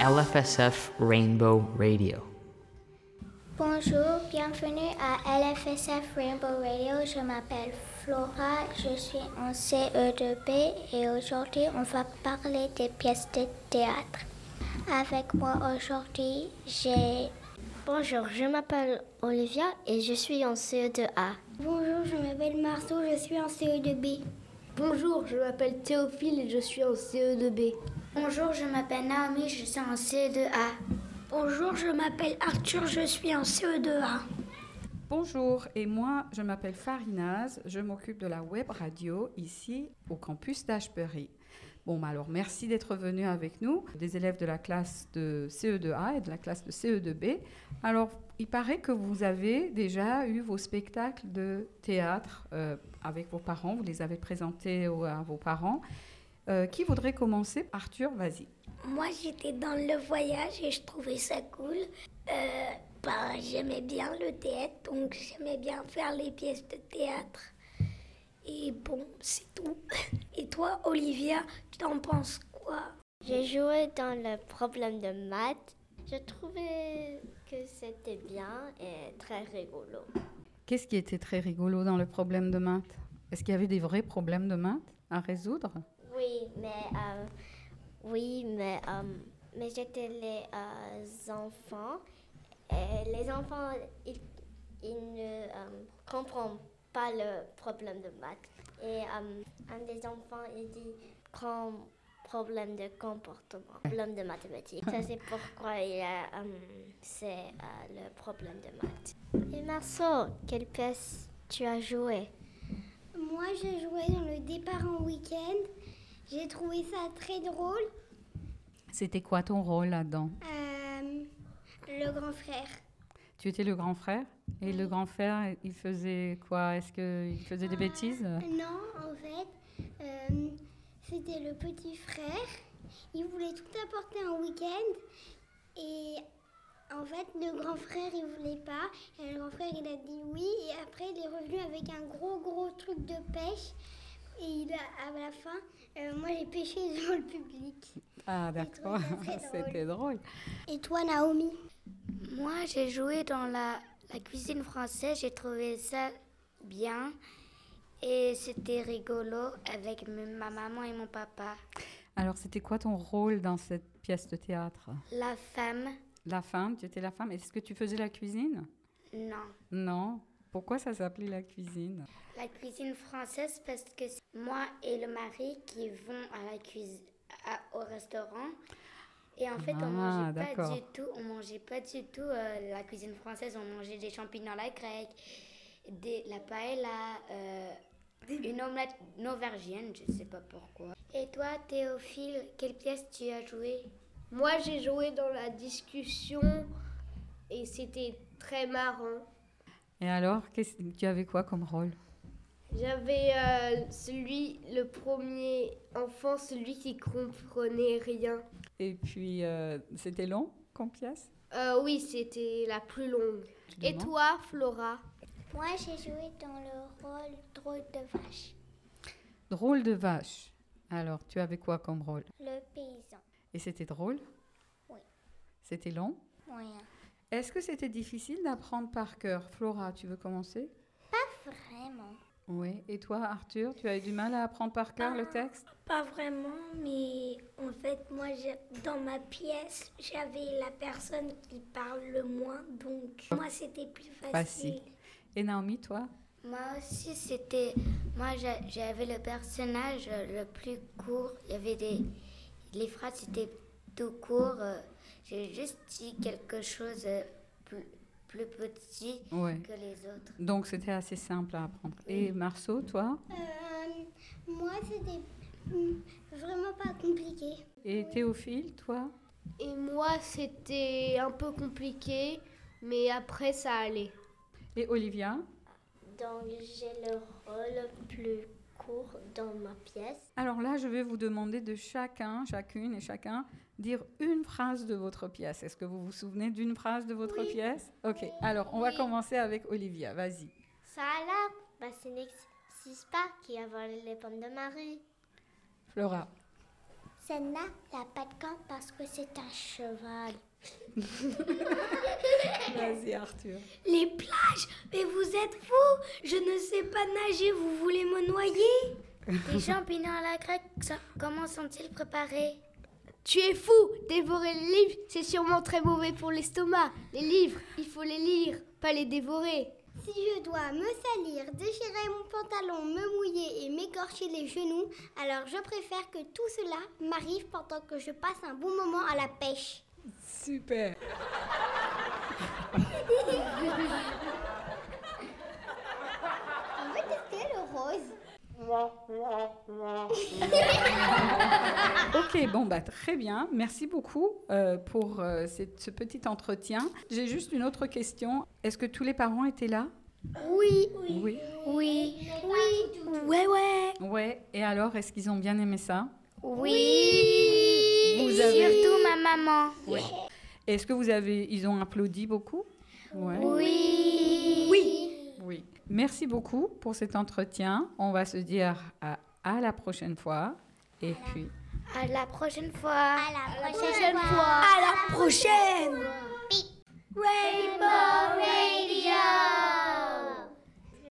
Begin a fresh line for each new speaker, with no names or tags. LFSF Rainbow Radio.
Bonjour, bienvenue à LFSF Rainbow Radio. Je m'appelle Flora, je suis en CE2B et aujourd'hui on va parler des pièces de théâtre. Avec moi aujourd'hui, j'ai
Bonjour, je m'appelle Olivia et je suis en E CE2A.
Bonjour, je m'appelle Marceau, je suis en CE2B.
Bonjour, je m'appelle Théophile et je suis en E CE2B.
Bonjour, je m'appelle Naomi, je suis en
E
CE2A.
Bonjour, je m'appelle Arthur, je suis en CE2A.
Bonjour, et moi, je m'appelle Farinaz, je m'occupe de la web radio ici au campus d'Ashbury. Bon, bah alors merci d'être venus avec nous, des élèves de la classe de CE2A et de la classe de CE2B. Alors, il paraît que vous avez déjà eu vos spectacles de théâtre euh, avec vos parents, vous les avez présentés au- à vos parents. Euh, qui voudrait commencer Arthur, vas-y.
Moi, j'étais dans le voyage et je trouvais ça cool. Euh, ben, j'aimais bien le théâtre, donc j'aimais bien faire les pièces de théâtre. Et bon, c'est tout. Et toi, Olivia, tu t'en penses quoi
J'ai joué dans le problème de maths. Je trouvais que c'était bien et très rigolo.
Qu'est-ce qui était très rigolo dans le problème de maths Est-ce qu'il y avait des vrais problèmes de maths à résoudre
Oui, mais euh, oui, mais euh, mais j'étais les euh, enfants et les enfants ils, ils ne euh, comprennent pas le problème de maths et euh, un des enfants il dit grand problème de comportement, problème de mathématiques. Ça c'est pourquoi il a, euh, c'est euh, le problème de maths. Et Marceau, quelle pièce tu as joué?
Moi, j'ai joué dans le départ en week-end. J'ai trouvé ça très drôle.
C'était quoi ton rôle là-dedans
Euh, le grand frère.
Tu étais le grand frère Et le grand frère, il faisait quoi Est-ce qu'il faisait des bêtises
Euh, Non, en fait, euh, c'était le petit frère. Il voulait tout apporter en week-end. Et en fait, le grand frère, il voulait pas. Et le grand frère, il a dit oui. Et après, il est revenu avec un gros, gros truc de pêche. Et il a, à la fin, euh, moi, j'ai pêché dans le public.
Ah d'accord,
très
c'était drôle.
Et toi, Naomi
Moi, j'ai joué dans la, la cuisine française, j'ai trouvé ça bien. Et c'était rigolo avec m- ma maman et mon papa.
Alors c'était quoi ton rôle dans cette pièce de théâtre
La femme,
La femme, tu étais la femme. Est-ce que tu faisais la cuisine
non.
Non. Pourquoi ça s'appelait la cuisine
La cuisine française parce que c'est moi et le mari qui vont à la cuisine au restaurant et en fait on
Ah,
mangeait pas
d'accord.
du tout on mangeait pas du tout euh, la cuisine française on mangeait des champignons à la grecque des la paella euh, une omelette norvégienne je sais pas pourquoi et toi Théophile quelle pièce tu as joué
Moi, j'ai joué dans la discussion et c'était très marrant.
Et alors, qu'est-ce- tu avais quoi comme rôle
J'avais euh, celui, le premier enfant, celui qui comprenait rien.
Et puis, euh, c'était long comme pièce
Euh, oui, c'était la plus longue.
Je
Et
demande.
toi, Flora
Moi, j'ai joué dans le rôle drôle de vache,
Drôle de vache. Alors, tu avais quoi comme rôle
le paysan.
Et c'était drôle
Oui.
C'était long
Moyen.
Est-ce que c'était difficile d'apprendre par cœur Flora, tu veux commencer
Vraiment.
Oui. Ah. Et toi, Arthur, tu as eu du mal à apprendre par cœur le texte
Pas vraiment, mais en fait, moi, j'ai- dans ma pièce, j'avais la personne qui parle le moins, donc moi, c'était plus
Facile.
facile.
Et Naomi, toi
moi aussi c'était moi j'a- j'avais le personnage euh, le plus court il y avait des les phrases c'était tout court euh, j'ai juste dit quelque chose euh, plus, plus petit
Oui.
que les autres
Donc, c'était assez simple à apprendre. Et Marceau, toi
Euh, Moi, c'était mm, vraiment pas compliqué.
Et Théophile, toi
Et moi, c'était un peu compliqué, mais après, ça allait.
Et Olivia
Donc j'ai le rôle plus court dans ma pièce.
Alors là, je vais vous demander de chacun, chacune et chacun, dire une phrase de votre pièce. Est-ce que vous vous souvenez d'une phrase de votre pièce Ok, alors on va commencer avec Olivia, vas-y.
Ça alors, bah, ce n'existe pas qui a volé les pommes de Marie.
Flora.
Senna n'a pas de camp parce que c'est un cheval.
Vas-y, Arthur.
Les plages Mais vous êtes fous Je ne sais pas nager, vous voulez me noyer
Les champignons à la grecque, ça- comment sont-ils préparés
Tu es fou Dévorer les livres, c'est sûrement très mauvais pour l'estomac. Les livres, il faut les lire, pas les dévorer.
Si je dois me salir, déchirer mon pantalon, me mouiller et m'écorcher les genoux, alors je préfère que tout cela m'arrive pendant que je passe un bon moment à la pêche.
Super.
En fait, qu'est-ce que le rose
Ok, bon, bah, très bien. Merci beaucoup euh, pour euh, cette- ce petit entretien. J'ai juste une autre question. Est-ce que tous les parents étaient là
Oui,
Oui.
oui, oui,
Ouais, ouais
Ouais. Et alors, est-ce qu'ils ont bien aimé ça
Oui,
Vous avez-
Surtout ma maman.
Est-ce que vous avez... Ils ont applaudi beaucoup Ouais.
Oui.
Oui. Merci beaucoup pour cet entretien. On va se dire à, à la prochaine fois. Et puis...
À la prochaine fois.
À la prochaine fois.
À la prochaine Rainbow
Radio.